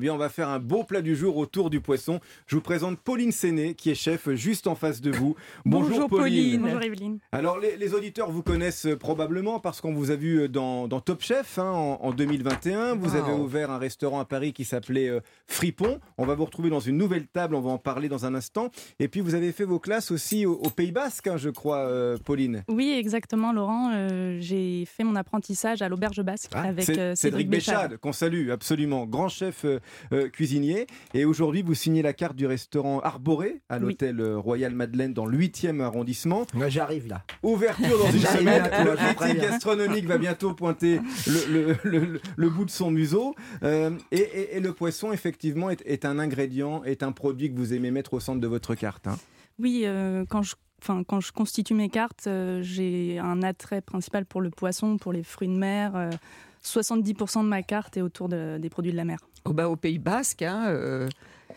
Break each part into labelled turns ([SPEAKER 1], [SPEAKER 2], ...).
[SPEAKER 1] Eh bien, on va faire un beau plat du jour autour du poisson. Je vous présente Pauline Séné, qui est chef juste en face de vous. Bonjour, Pauline.
[SPEAKER 2] Bonjour Evelyne.
[SPEAKER 1] Alors, les, les auditeurs vous connaissent euh, probablement parce qu'on vous a vu euh, dans, dans Top Chef hein, en, en 2021. Vous avez ouvert un restaurant à Paris qui s'appelait euh, Fripon. On va vous retrouver dans une nouvelle table, on va en parler dans un instant. Et puis, vous avez fait vos classes aussi au, au Pays Basque, hein, je crois, euh, Pauline.
[SPEAKER 2] Oui, exactement Laurent. Euh, j'ai fait mon apprentissage à l'auberge basque
[SPEAKER 1] Ah,
[SPEAKER 2] avec
[SPEAKER 1] c'est-
[SPEAKER 2] euh,
[SPEAKER 1] Cédric Béchade, qu'on salue absolument, grand chef euh, euh, cuisinier. Et aujourd'hui, vous signez la carte du restaurant Arboré à
[SPEAKER 2] Oui.
[SPEAKER 1] l'hôtel euh, Royal Madeleine dans le 8e arrondissement.
[SPEAKER 3] Moi, j'arrive là.
[SPEAKER 1] Ouverture dans une
[SPEAKER 3] J'arrive
[SPEAKER 1] semaine.
[SPEAKER 3] bientôt,
[SPEAKER 1] Le
[SPEAKER 3] je vous
[SPEAKER 1] critique
[SPEAKER 3] préviens.
[SPEAKER 1] gastronomique va bientôt pointer le, le- le- le- le bout de son museau. Euh, et, et- et le poisson, effectivement, est, est un ingrédient, est un produit que vous aimez mettre au centre de votre carte. hein.
[SPEAKER 2] Oui, euh, quand je Enfin, quand je constitue mes cartes, euh, j'ai un attrait principal pour le poisson, pour les fruits de mer. euh, 70% de ma carte est autour de- des produits de la mer.
[SPEAKER 4] Oh bah, au Pays Basque, hein, euh,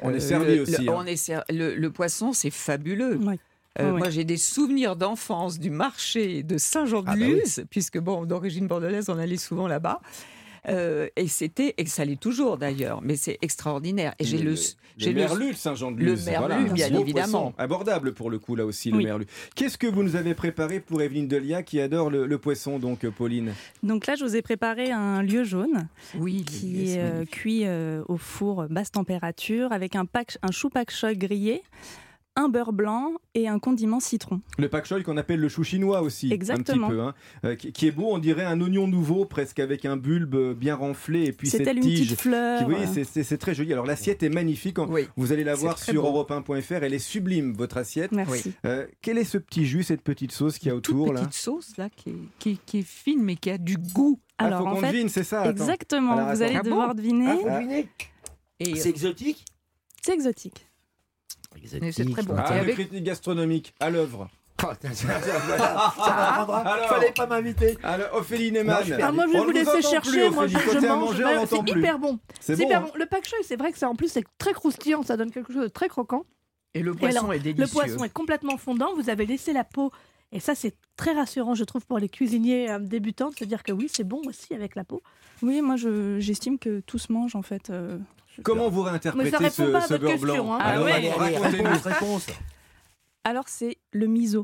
[SPEAKER 1] On
[SPEAKER 4] euh,
[SPEAKER 1] est servi
[SPEAKER 4] le-
[SPEAKER 1] aussi.
[SPEAKER 4] Le,
[SPEAKER 1] hein.
[SPEAKER 4] on est ser- le- le poisson, c'est fabuleux.
[SPEAKER 5] Mm.
[SPEAKER 2] Ouais.
[SPEAKER 4] Euh,
[SPEAKER 5] Ah
[SPEAKER 2] Ouais.
[SPEAKER 4] Moi, j'ai des souvenirs d'enfance du marché de Saint-Jean-de-Luz,
[SPEAKER 1] Ah bah
[SPEAKER 4] puisque bon, d'origine bordelaise, on allait souvent là-bas. Euh, et c'était, et ça l'est toujours d'ailleurs, mais c'est extraordinaire. Et j'ai
[SPEAKER 1] Le-
[SPEAKER 4] le,
[SPEAKER 1] le- Le hein,
[SPEAKER 4] j'ai le-
[SPEAKER 1] merlu de Saint-Jean-de-Luz.
[SPEAKER 4] Le merlu,
[SPEAKER 1] un
[SPEAKER 4] bien
[SPEAKER 1] beau
[SPEAKER 4] évidemment.
[SPEAKER 1] poisson, abordable pour le coup, là aussi, le
[SPEAKER 2] Oui.
[SPEAKER 1] merlu. Qu'est-ce que vous nous avez préparé pour Evelyne Delia, qui adore le, le poisson, donc, euh, Pauline
[SPEAKER 2] Donc là, je vous ai préparé un lieu jaune
[SPEAKER 4] oui,
[SPEAKER 2] qui
[SPEAKER 4] c'est
[SPEAKER 2] est euh,
[SPEAKER 4] magnifique.
[SPEAKER 2] cuit euh, au four basse température avec un, pak- un chou pak choy grillé, un beurre blanc et un condiment citron.
[SPEAKER 1] Le pak choy qu'on appelle le chou chinois aussi,
[SPEAKER 2] Exactement.
[SPEAKER 1] un petit peu, hein, euh, qui, qui est beau, on dirait un oignon nouveau, presque avec un bulbe euh, bien renflé, et puis
[SPEAKER 2] C'est
[SPEAKER 1] cette
[SPEAKER 2] telle une
[SPEAKER 1] tige.
[SPEAKER 2] petite fleur.
[SPEAKER 1] qui- oui,
[SPEAKER 2] euh,
[SPEAKER 1] c'est- c'est c'est très joli. Alors l'assiette est magnifique. en-
[SPEAKER 4] Oui.
[SPEAKER 1] Vous allez la
[SPEAKER 4] C'est
[SPEAKER 1] voir
[SPEAKER 4] très
[SPEAKER 1] sur
[SPEAKER 4] beau.
[SPEAKER 1] europe 1.fr, elle est sublime, votre assiette.
[SPEAKER 2] Merci.
[SPEAKER 1] Euh, quel est ce petit jus, cette petite sauce qu'il y a
[SPEAKER 4] Toute
[SPEAKER 1] autour là
[SPEAKER 4] petite sauce là qui est, qui, est- qui est fine, mais qui a du goût.
[SPEAKER 1] Ah,
[SPEAKER 2] Alors
[SPEAKER 1] faut
[SPEAKER 2] en
[SPEAKER 1] qu'on
[SPEAKER 2] fait,
[SPEAKER 1] devine, c'est ça attends.
[SPEAKER 2] exactement,
[SPEAKER 1] Alors,
[SPEAKER 2] vous
[SPEAKER 1] attends.
[SPEAKER 2] allez
[SPEAKER 4] Ah bon
[SPEAKER 2] devoir deviner.
[SPEAKER 3] Ah, vous devinez
[SPEAKER 4] Et
[SPEAKER 3] C'est exotique
[SPEAKER 2] C'est exotique.
[SPEAKER 4] c'est très bon.
[SPEAKER 1] Ah,
[SPEAKER 4] Et
[SPEAKER 1] le
[SPEAKER 4] avec-
[SPEAKER 1] critique gastronomique à l'œuvre.
[SPEAKER 3] Ah, tiens, tiens, voilà, ça reprendra.
[SPEAKER 1] Alors.
[SPEAKER 3] Fallait pas m'inviter.
[SPEAKER 1] Alors, Ophélie
[SPEAKER 3] Non,
[SPEAKER 1] Neyman.
[SPEAKER 3] je vais Ah,
[SPEAKER 5] moi, je vais
[SPEAKER 1] On
[SPEAKER 5] vous
[SPEAKER 1] ne
[SPEAKER 5] laisser
[SPEAKER 1] Oh, entend
[SPEAKER 5] chercher.
[SPEAKER 1] plus,
[SPEAKER 5] moi, je,
[SPEAKER 1] Ophélie.
[SPEAKER 5] je
[SPEAKER 1] Côté à
[SPEAKER 5] mange.
[SPEAKER 1] manger, on
[SPEAKER 5] mais
[SPEAKER 1] n'entend
[SPEAKER 5] c'est
[SPEAKER 1] plus.
[SPEAKER 5] hyper bon.
[SPEAKER 1] C'est
[SPEAKER 5] C'est
[SPEAKER 1] bon.
[SPEAKER 5] hyper
[SPEAKER 1] hein.
[SPEAKER 5] bon. Le pak choy, c'est vrai que c'est en plus c'est très croustillant. Ça donne quelque chose de très croquant.
[SPEAKER 4] Et le
[SPEAKER 5] Et
[SPEAKER 4] poisson
[SPEAKER 5] alors,
[SPEAKER 4] est délicieux.
[SPEAKER 5] Le poisson est complètement fondant. Vous avez laissé la peau. Et ça, c'est très rassurant, je trouve, pour les cuisiniers euh, débutants, de se dire que oui, c'est bon aussi avec la peau.
[SPEAKER 2] Oui, moi je- j'estime que tout se mange en fait. euh.
[SPEAKER 1] Comment vous
[SPEAKER 5] Mais ça
[SPEAKER 1] réinterprétez
[SPEAKER 5] répond
[SPEAKER 1] ce,
[SPEAKER 5] pas à
[SPEAKER 1] ce
[SPEAKER 5] votre
[SPEAKER 1] beurre
[SPEAKER 5] question,
[SPEAKER 1] blanc
[SPEAKER 5] hein.
[SPEAKER 2] Ah
[SPEAKER 1] Alors,
[SPEAKER 2] ouais.
[SPEAKER 1] allez, racontez-nous.
[SPEAKER 3] réponse, réponse.
[SPEAKER 2] Alors c'est le miso.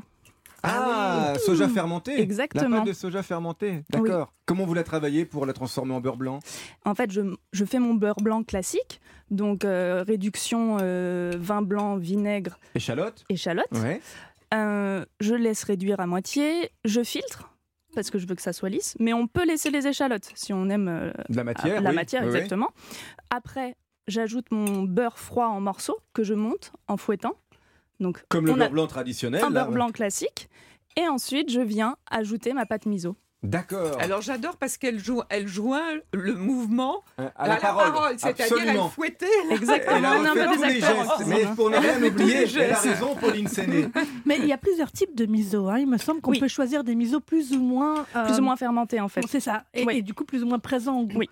[SPEAKER 1] Ah, soja fermenté. La
[SPEAKER 2] Exactement.
[SPEAKER 1] pâte de soja fermentée. D'accord. Comment vous la travaillez pour la transformer en beurre blanc
[SPEAKER 2] En fait, je, je fais mon beurre blanc classique, donc euh, réduction euh, vin blanc, vinaigre,
[SPEAKER 1] Échalote.
[SPEAKER 2] échalote.
[SPEAKER 1] Ouais.
[SPEAKER 2] Euh, je laisse réduire à moitié, je filtre parce que je veux que ça soit lisse, mais on peut laisser les échalotes si on aime euh,
[SPEAKER 1] De la matière.
[SPEAKER 2] la
[SPEAKER 1] oui.
[SPEAKER 2] matière
[SPEAKER 1] Oui, oui.
[SPEAKER 2] exactement. Après, j'ajoute mon beurre froid en morceaux que je monte en fouettant. Donc
[SPEAKER 1] Comme le
[SPEAKER 2] on a
[SPEAKER 1] beurre blanc
[SPEAKER 4] Eh
[SPEAKER 1] traditionnel.
[SPEAKER 2] un
[SPEAKER 4] ben,
[SPEAKER 1] là,
[SPEAKER 2] beurre
[SPEAKER 1] ouais.
[SPEAKER 2] blanc classique. Et ensuite, je viens ajouter ma pâte miso.
[SPEAKER 1] D'accord.
[SPEAKER 4] Alors j'adore parce qu'elle joue, elle joint le mouvement
[SPEAKER 1] À, Hein, à la, parole.
[SPEAKER 4] c'est-à-dire elle
[SPEAKER 1] Absolument.
[SPEAKER 4] fouettait.
[SPEAKER 2] Exactement.
[SPEAKER 1] Elle a
[SPEAKER 2] on est un
[SPEAKER 1] refait
[SPEAKER 2] peu
[SPEAKER 1] tous
[SPEAKER 2] des
[SPEAKER 1] les
[SPEAKER 2] acteurs en
[SPEAKER 1] gestes,
[SPEAKER 2] cuisine,
[SPEAKER 1] mais
[SPEAKER 2] hein.
[SPEAKER 1] pour ne rien oublier,
[SPEAKER 4] les
[SPEAKER 1] elle a
[SPEAKER 4] gestes.
[SPEAKER 1] raison, Pauline Séné.
[SPEAKER 5] Mais il y a plusieurs types de miso. hein. Il me semble qu'on
[SPEAKER 2] Oui.
[SPEAKER 5] peut choisir des miso plus ou moins. euh,
[SPEAKER 2] Plus ou moins fermenté en fait.
[SPEAKER 5] bon, C'est ça. Et,
[SPEAKER 2] Oui.
[SPEAKER 5] et du coup, plus ou moins présent au goût.
[SPEAKER 2] Oui.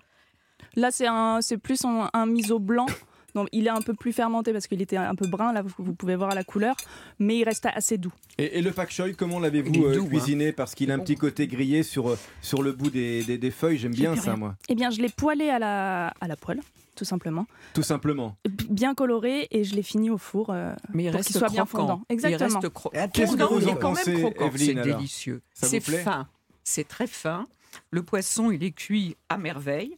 [SPEAKER 2] Là, c'est un, c'est plus un, un miso blanc. Donc, il est un peu plus fermenté parce qu'il était un peu brun. Là, vous, vous pouvez voir la couleur, mais il reste assez doux.
[SPEAKER 1] Et, et le pak choy, comment
[SPEAKER 4] Il
[SPEAKER 1] l'avez-vous
[SPEAKER 4] est
[SPEAKER 1] euh,
[SPEAKER 4] doux, hein.
[SPEAKER 1] cuisiné Parce qu'il a un petit côté grillé sur, euh, sur le bout des, des- des feuilles. J'aime bien
[SPEAKER 5] plus
[SPEAKER 1] ça,
[SPEAKER 5] rien.
[SPEAKER 1] moi.
[SPEAKER 2] Eh bien, je l'ai poêlé à la, à la poêle, tout simplement,
[SPEAKER 1] Tout simplement.
[SPEAKER 2] B- bien coloré, et je l'ai fini au four. euh,
[SPEAKER 4] Mais il
[SPEAKER 2] Pour
[SPEAKER 4] reste
[SPEAKER 2] qu'il soit bien
[SPEAKER 4] croquant.
[SPEAKER 2] fondant.
[SPEAKER 4] Il
[SPEAKER 2] Exactement.
[SPEAKER 4] reste cro-
[SPEAKER 3] Et qu'est-ce que
[SPEAKER 4] fondant,
[SPEAKER 3] vous en
[SPEAKER 4] mais quand même
[SPEAKER 1] pensez,
[SPEAKER 4] croquant.
[SPEAKER 1] Evelyne,
[SPEAKER 4] C'est
[SPEAKER 1] alors
[SPEAKER 4] délicieux.
[SPEAKER 1] Ça vous
[SPEAKER 4] C'est
[SPEAKER 1] plaît
[SPEAKER 4] fin. C'est très fin. Le poisson, il est cuit à merveille.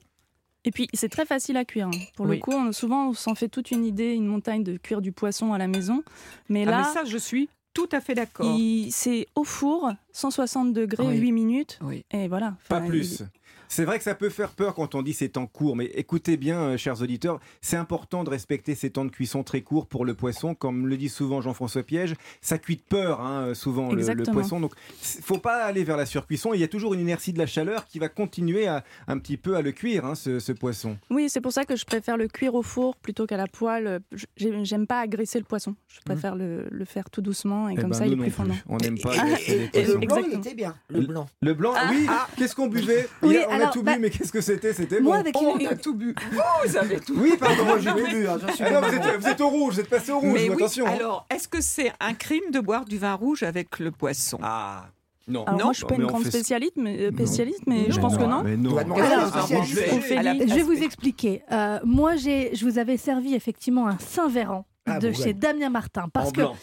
[SPEAKER 2] Et puis, c'est très facile à cuire. hein. Pour
[SPEAKER 4] Oui.
[SPEAKER 2] le coup, on- souvent, on s'en fait toute une idée, une montagne de cuire du poisson à la maison. Mais
[SPEAKER 4] Ah,
[SPEAKER 2] là,
[SPEAKER 4] mais ça, je suis tout à fait d'accord.
[SPEAKER 2] il- c'est au four, 160 degrés,
[SPEAKER 4] Oui.
[SPEAKER 2] 8 minutes.
[SPEAKER 4] Oui.
[SPEAKER 2] Et voilà.
[SPEAKER 1] Pas
[SPEAKER 2] Enfin,
[SPEAKER 1] plus. C'est vrai que ça peut faire peur quand on dit c'est temps court, mais écoutez bien, euh, chers auditeurs, c'est important de respecter ces temps de cuisson très courts pour le poisson. Comme le dit souvent Jean-François Piège, ça cuit de peur, hein, euh, souvent, le- le,
[SPEAKER 2] Exactement.
[SPEAKER 1] poisson. Donc, c'est- faut pas aller vers la surcuisson. Il y a toujours une inertie de la chaleur qui va continuer à, un petit peu à le cuire, hein, ce, ce poisson.
[SPEAKER 2] Oui, c'est pour ça que je préfère le cuire au four plutôt qu'à la poêle. Je- j'ai- J'aime pas agresser le poisson. Je préfère le, le faire tout doucement et
[SPEAKER 1] Mhm. Eh
[SPEAKER 2] comme
[SPEAKER 1] ben,
[SPEAKER 2] ça,
[SPEAKER 1] nous
[SPEAKER 2] il est
[SPEAKER 1] non
[SPEAKER 2] plus
[SPEAKER 1] plus.
[SPEAKER 2] fondant.
[SPEAKER 1] On n'aime pas
[SPEAKER 3] Et-
[SPEAKER 1] agresser les
[SPEAKER 3] et- et le
[SPEAKER 1] poissons.
[SPEAKER 3] blanc, il
[SPEAKER 2] Exactement.
[SPEAKER 3] était bien. Le blanc.
[SPEAKER 1] Le blanc, oui, qu'est-ce qu'on buvait
[SPEAKER 5] Oui,
[SPEAKER 1] Il y a- On a
[SPEAKER 5] alors,
[SPEAKER 1] tout
[SPEAKER 5] bah,
[SPEAKER 1] bu, mais qu'est-ce que c'était C'était
[SPEAKER 5] Moi,
[SPEAKER 1] bon.
[SPEAKER 5] avec
[SPEAKER 4] Oh,
[SPEAKER 5] une-
[SPEAKER 4] on a tout bu. Vous avez tout
[SPEAKER 1] Oui, pardon,
[SPEAKER 3] Moi,
[SPEAKER 1] j'ai
[SPEAKER 3] j'ai
[SPEAKER 1] oublié.
[SPEAKER 3] vu. hein, j'en suis
[SPEAKER 1] Ah non, vous
[SPEAKER 3] content.
[SPEAKER 1] êtes, vous êtes au rouge, vous êtes passé au rouge, hein.
[SPEAKER 4] Mais oui,
[SPEAKER 1] attention. hein.
[SPEAKER 4] alors, est-ce que c'est un crime de boire du vin rouge avec le poisson
[SPEAKER 1] Ah, Non,
[SPEAKER 2] Alors
[SPEAKER 4] Non,
[SPEAKER 2] moi, je suis pas
[SPEAKER 1] mais
[SPEAKER 2] une
[SPEAKER 1] on
[SPEAKER 2] grande
[SPEAKER 1] fait ce-
[SPEAKER 2] spécialiste, mais, euh,
[SPEAKER 1] Non.
[SPEAKER 2] spécialiste, mais je
[SPEAKER 1] Mais
[SPEAKER 2] pense que non.
[SPEAKER 1] Mais non.
[SPEAKER 3] Doit demander
[SPEAKER 5] Alors,
[SPEAKER 3] à un spécialiste.
[SPEAKER 1] Franchement,
[SPEAKER 4] à
[SPEAKER 2] Ah,
[SPEAKER 4] la
[SPEAKER 5] Je vais
[SPEAKER 4] place-
[SPEAKER 5] vous expliquer. Euh, moi, j'ai, je vous avais servi effectivement un Saint-Véran
[SPEAKER 3] Ah,
[SPEAKER 5] de
[SPEAKER 3] Bourgogne.
[SPEAKER 5] chez Damien Martin.
[SPEAKER 1] en
[SPEAKER 5] Parce que
[SPEAKER 1] blanc.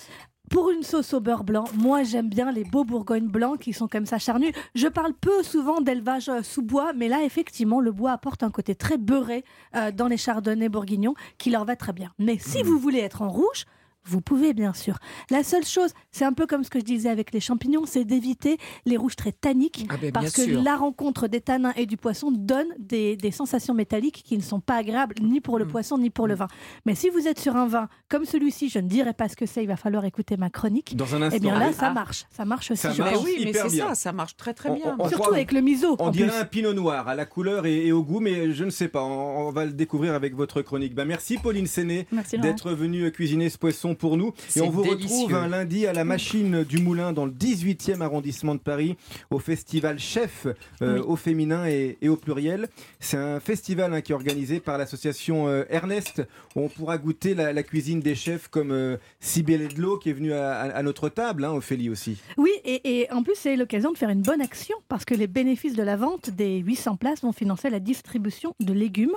[SPEAKER 5] pour une sauce au beurre blanc, moi, j'aime bien les beaux bourgognes blancs qui sont comme ça charnus. Je parle peu souvent d'élevage euh, sous bois, mais là, effectivement, le bois apporte un côté très beurré euh, dans les chardonnays bourguignons qui leur va très bien. Mais si vous voulez être en rouge, vous pouvez bien sûr. La seule chose, c'est un peu comme ce que je disais avec les champignons, c'est d'éviter les rouges très tanniques
[SPEAKER 4] Ah ben,
[SPEAKER 5] parce que
[SPEAKER 4] bien sûr.
[SPEAKER 5] la rencontre des tanins et du poisson donne des, des sensations métalliques qui ne sont pas agréables ni pour le
[SPEAKER 4] Mm.
[SPEAKER 5] poisson ni pour le vin. Mais si vous êtes sur un vin comme celui-ci, je ne dirai pas ce que c'est, il va falloir écouter ma chronique.
[SPEAKER 1] Dans un
[SPEAKER 5] Eh
[SPEAKER 1] instant.
[SPEAKER 5] bien là, ça
[SPEAKER 4] Ah.
[SPEAKER 5] marche. Ça marche aussi,
[SPEAKER 1] Ça
[SPEAKER 5] je
[SPEAKER 4] Mais
[SPEAKER 1] marche.
[SPEAKER 5] pense.
[SPEAKER 4] oui, mais
[SPEAKER 1] hyper
[SPEAKER 4] c'est
[SPEAKER 1] bien.
[SPEAKER 4] ça, ça marche très très
[SPEAKER 1] On-
[SPEAKER 4] bien.
[SPEAKER 1] on-
[SPEAKER 5] Surtout
[SPEAKER 1] croit-
[SPEAKER 5] avec le miso.
[SPEAKER 1] On
[SPEAKER 5] en
[SPEAKER 1] dirait
[SPEAKER 5] plus.
[SPEAKER 1] un pinot noir à la couleur et, et au goût, mais je ne sais pas. On, on va le découvrir avec votre chronique. Bah, merci Pauline Séné
[SPEAKER 2] Merci Laurent.
[SPEAKER 1] d'être venue cuisiner ce poisson pour nous. Et
[SPEAKER 4] C'est
[SPEAKER 1] on vous retrouve
[SPEAKER 4] délicieux.
[SPEAKER 1] un lundi à la machine du Moulin dans le 18e arrondissement de Paris au festival Chef euh,
[SPEAKER 2] Oui.
[SPEAKER 1] au féminin et, et au pluriel. C'est un festival hein, qui est organisé par l'association euh, Ernest. On pourra goûter la, la cuisine des chefs comme euh, Sybelle Edlo qui est venue à, à- à notre table, hein, Ophélie aussi.
[SPEAKER 5] Oui, et, et en plus, c'est l'occasion de faire une bonne action parce que les bénéfices de la vente des 800 places vont financer la distribution de légumes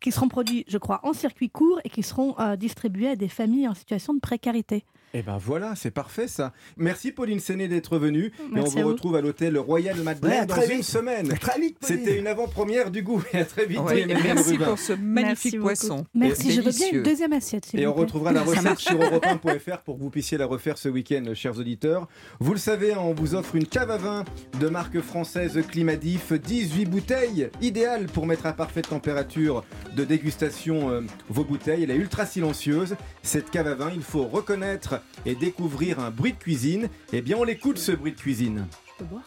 [SPEAKER 5] qui seront produits, je crois, en circuit court et qui seront euh, distribués à des familles en situation de précarité.
[SPEAKER 1] Et ben voilà, c'est parfait ça. Merci Pauline Séné d'être venue. et on
[SPEAKER 2] Merci
[SPEAKER 1] vous,
[SPEAKER 2] à vous.
[SPEAKER 1] retrouve à l'hôtel Royal Madeleine
[SPEAKER 3] Ouais,
[SPEAKER 1] dans
[SPEAKER 3] très
[SPEAKER 1] une
[SPEAKER 3] vite.
[SPEAKER 1] semaine.
[SPEAKER 3] Très vite, Pauline.
[SPEAKER 1] C'était une avant-première du goût. Et à très vite.
[SPEAKER 4] Ouais, et
[SPEAKER 1] Emmanuel
[SPEAKER 4] merci
[SPEAKER 1] Rubin.
[SPEAKER 4] pour ce magnifique
[SPEAKER 2] beaucoup.
[SPEAKER 4] poisson.
[SPEAKER 5] Merci, je veux bien
[SPEAKER 4] Délicieux.
[SPEAKER 5] une deuxième assiette. s'il
[SPEAKER 1] Et
[SPEAKER 5] vous
[SPEAKER 1] on
[SPEAKER 5] plaît.
[SPEAKER 1] retrouve la
[SPEAKER 4] Ça
[SPEAKER 1] recette
[SPEAKER 4] marche.
[SPEAKER 1] sur europe 1.fr pour que vous puissiez la refaire ce week-end, chers auditeurs. Vous le savez, hein, on vous offre une cave à vin de marque française Climadif, 18 bouteilles, idéale pour mettre à parfaite température de dégustation euh, vos bouteilles. Elle est ultra silencieuse. Cette cave à vin, il faut reconnaître et découvrir un bruit de cuisine. Eh bien, on l'écoute ce bruit de cuisine.
[SPEAKER 5] Je peux boire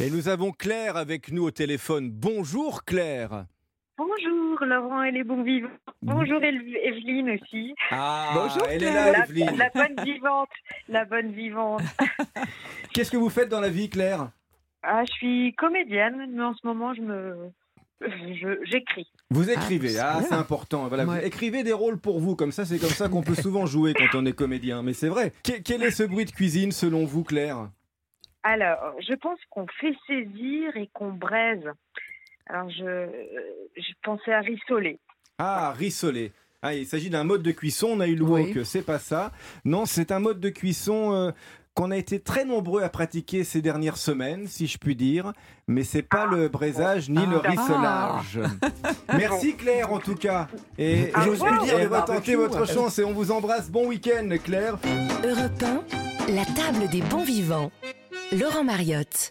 [SPEAKER 1] Et nous avons Claire avec nous au téléphone. Bonjour Claire.
[SPEAKER 6] Bonjour Laurent et les bons vivants. Bonjour Elv- Evelyne aussi.
[SPEAKER 1] Ah,
[SPEAKER 4] Bonjour,
[SPEAKER 1] elle est
[SPEAKER 4] Claire.
[SPEAKER 1] là,
[SPEAKER 6] la,
[SPEAKER 1] Evelyne.
[SPEAKER 6] la bonne vivante. La bonne vivante.
[SPEAKER 1] Qu'est-ce que vous faites dans la vie, Claire
[SPEAKER 6] Ah, je suis comédienne, mais en ce moment, je me. je- J'écris.
[SPEAKER 1] Vous écrivez,
[SPEAKER 4] c'est
[SPEAKER 1] ah,
[SPEAKER 4] bien.
[SPEAKER 1] c'est important. Voilà, vous
[SPEAKER 4] Ouais.
[SPEAKER 1] écrivez des rôles pour vous, comme ça, c'est comme ça qu'on peut souvent jouer quand on est comédien. Mais c'est vrai. Que- quel est ce bruit de cuisine selon vous, Claire
[SPEAKER 6] Alors, je pense qu'on fait saisir et qu'on braise. Alors, je, je pensais à rissoler.
[SPEAKER 1] Ah, rissoler. Ah, il s'agit d'un mode de cuisson. On a eu le wok, c'est pas ça. Non, c'est un mode de cuisson. euh, qu'on a été très nombreux à pratiquer ces dernières semaines, si je puis dire, mais c'est pas le braisage ni le
[SPEAKER 4] Ah.
[SPEAKER 1] rissolage. Merci Claire en tout cas. Et
[SPEAKER 6] Ah,
[SPEAKER 1] j'ose
[SPEAKER 6] wow.
[SPEAKER 1] plus dire,
[SPEAKER 3] Et
[SPEAKER 1] on va
[SPEAKER 3] barbecue,
[SPEAKER 1] tenter votre
[SPEAKER 3] ouais.
[SPEAKER 1] chance et on vous embrasse. Bon week-end Claire.
[SPEAKER 7] Europe 1, la table des bons vivants. Laurent Mariotte.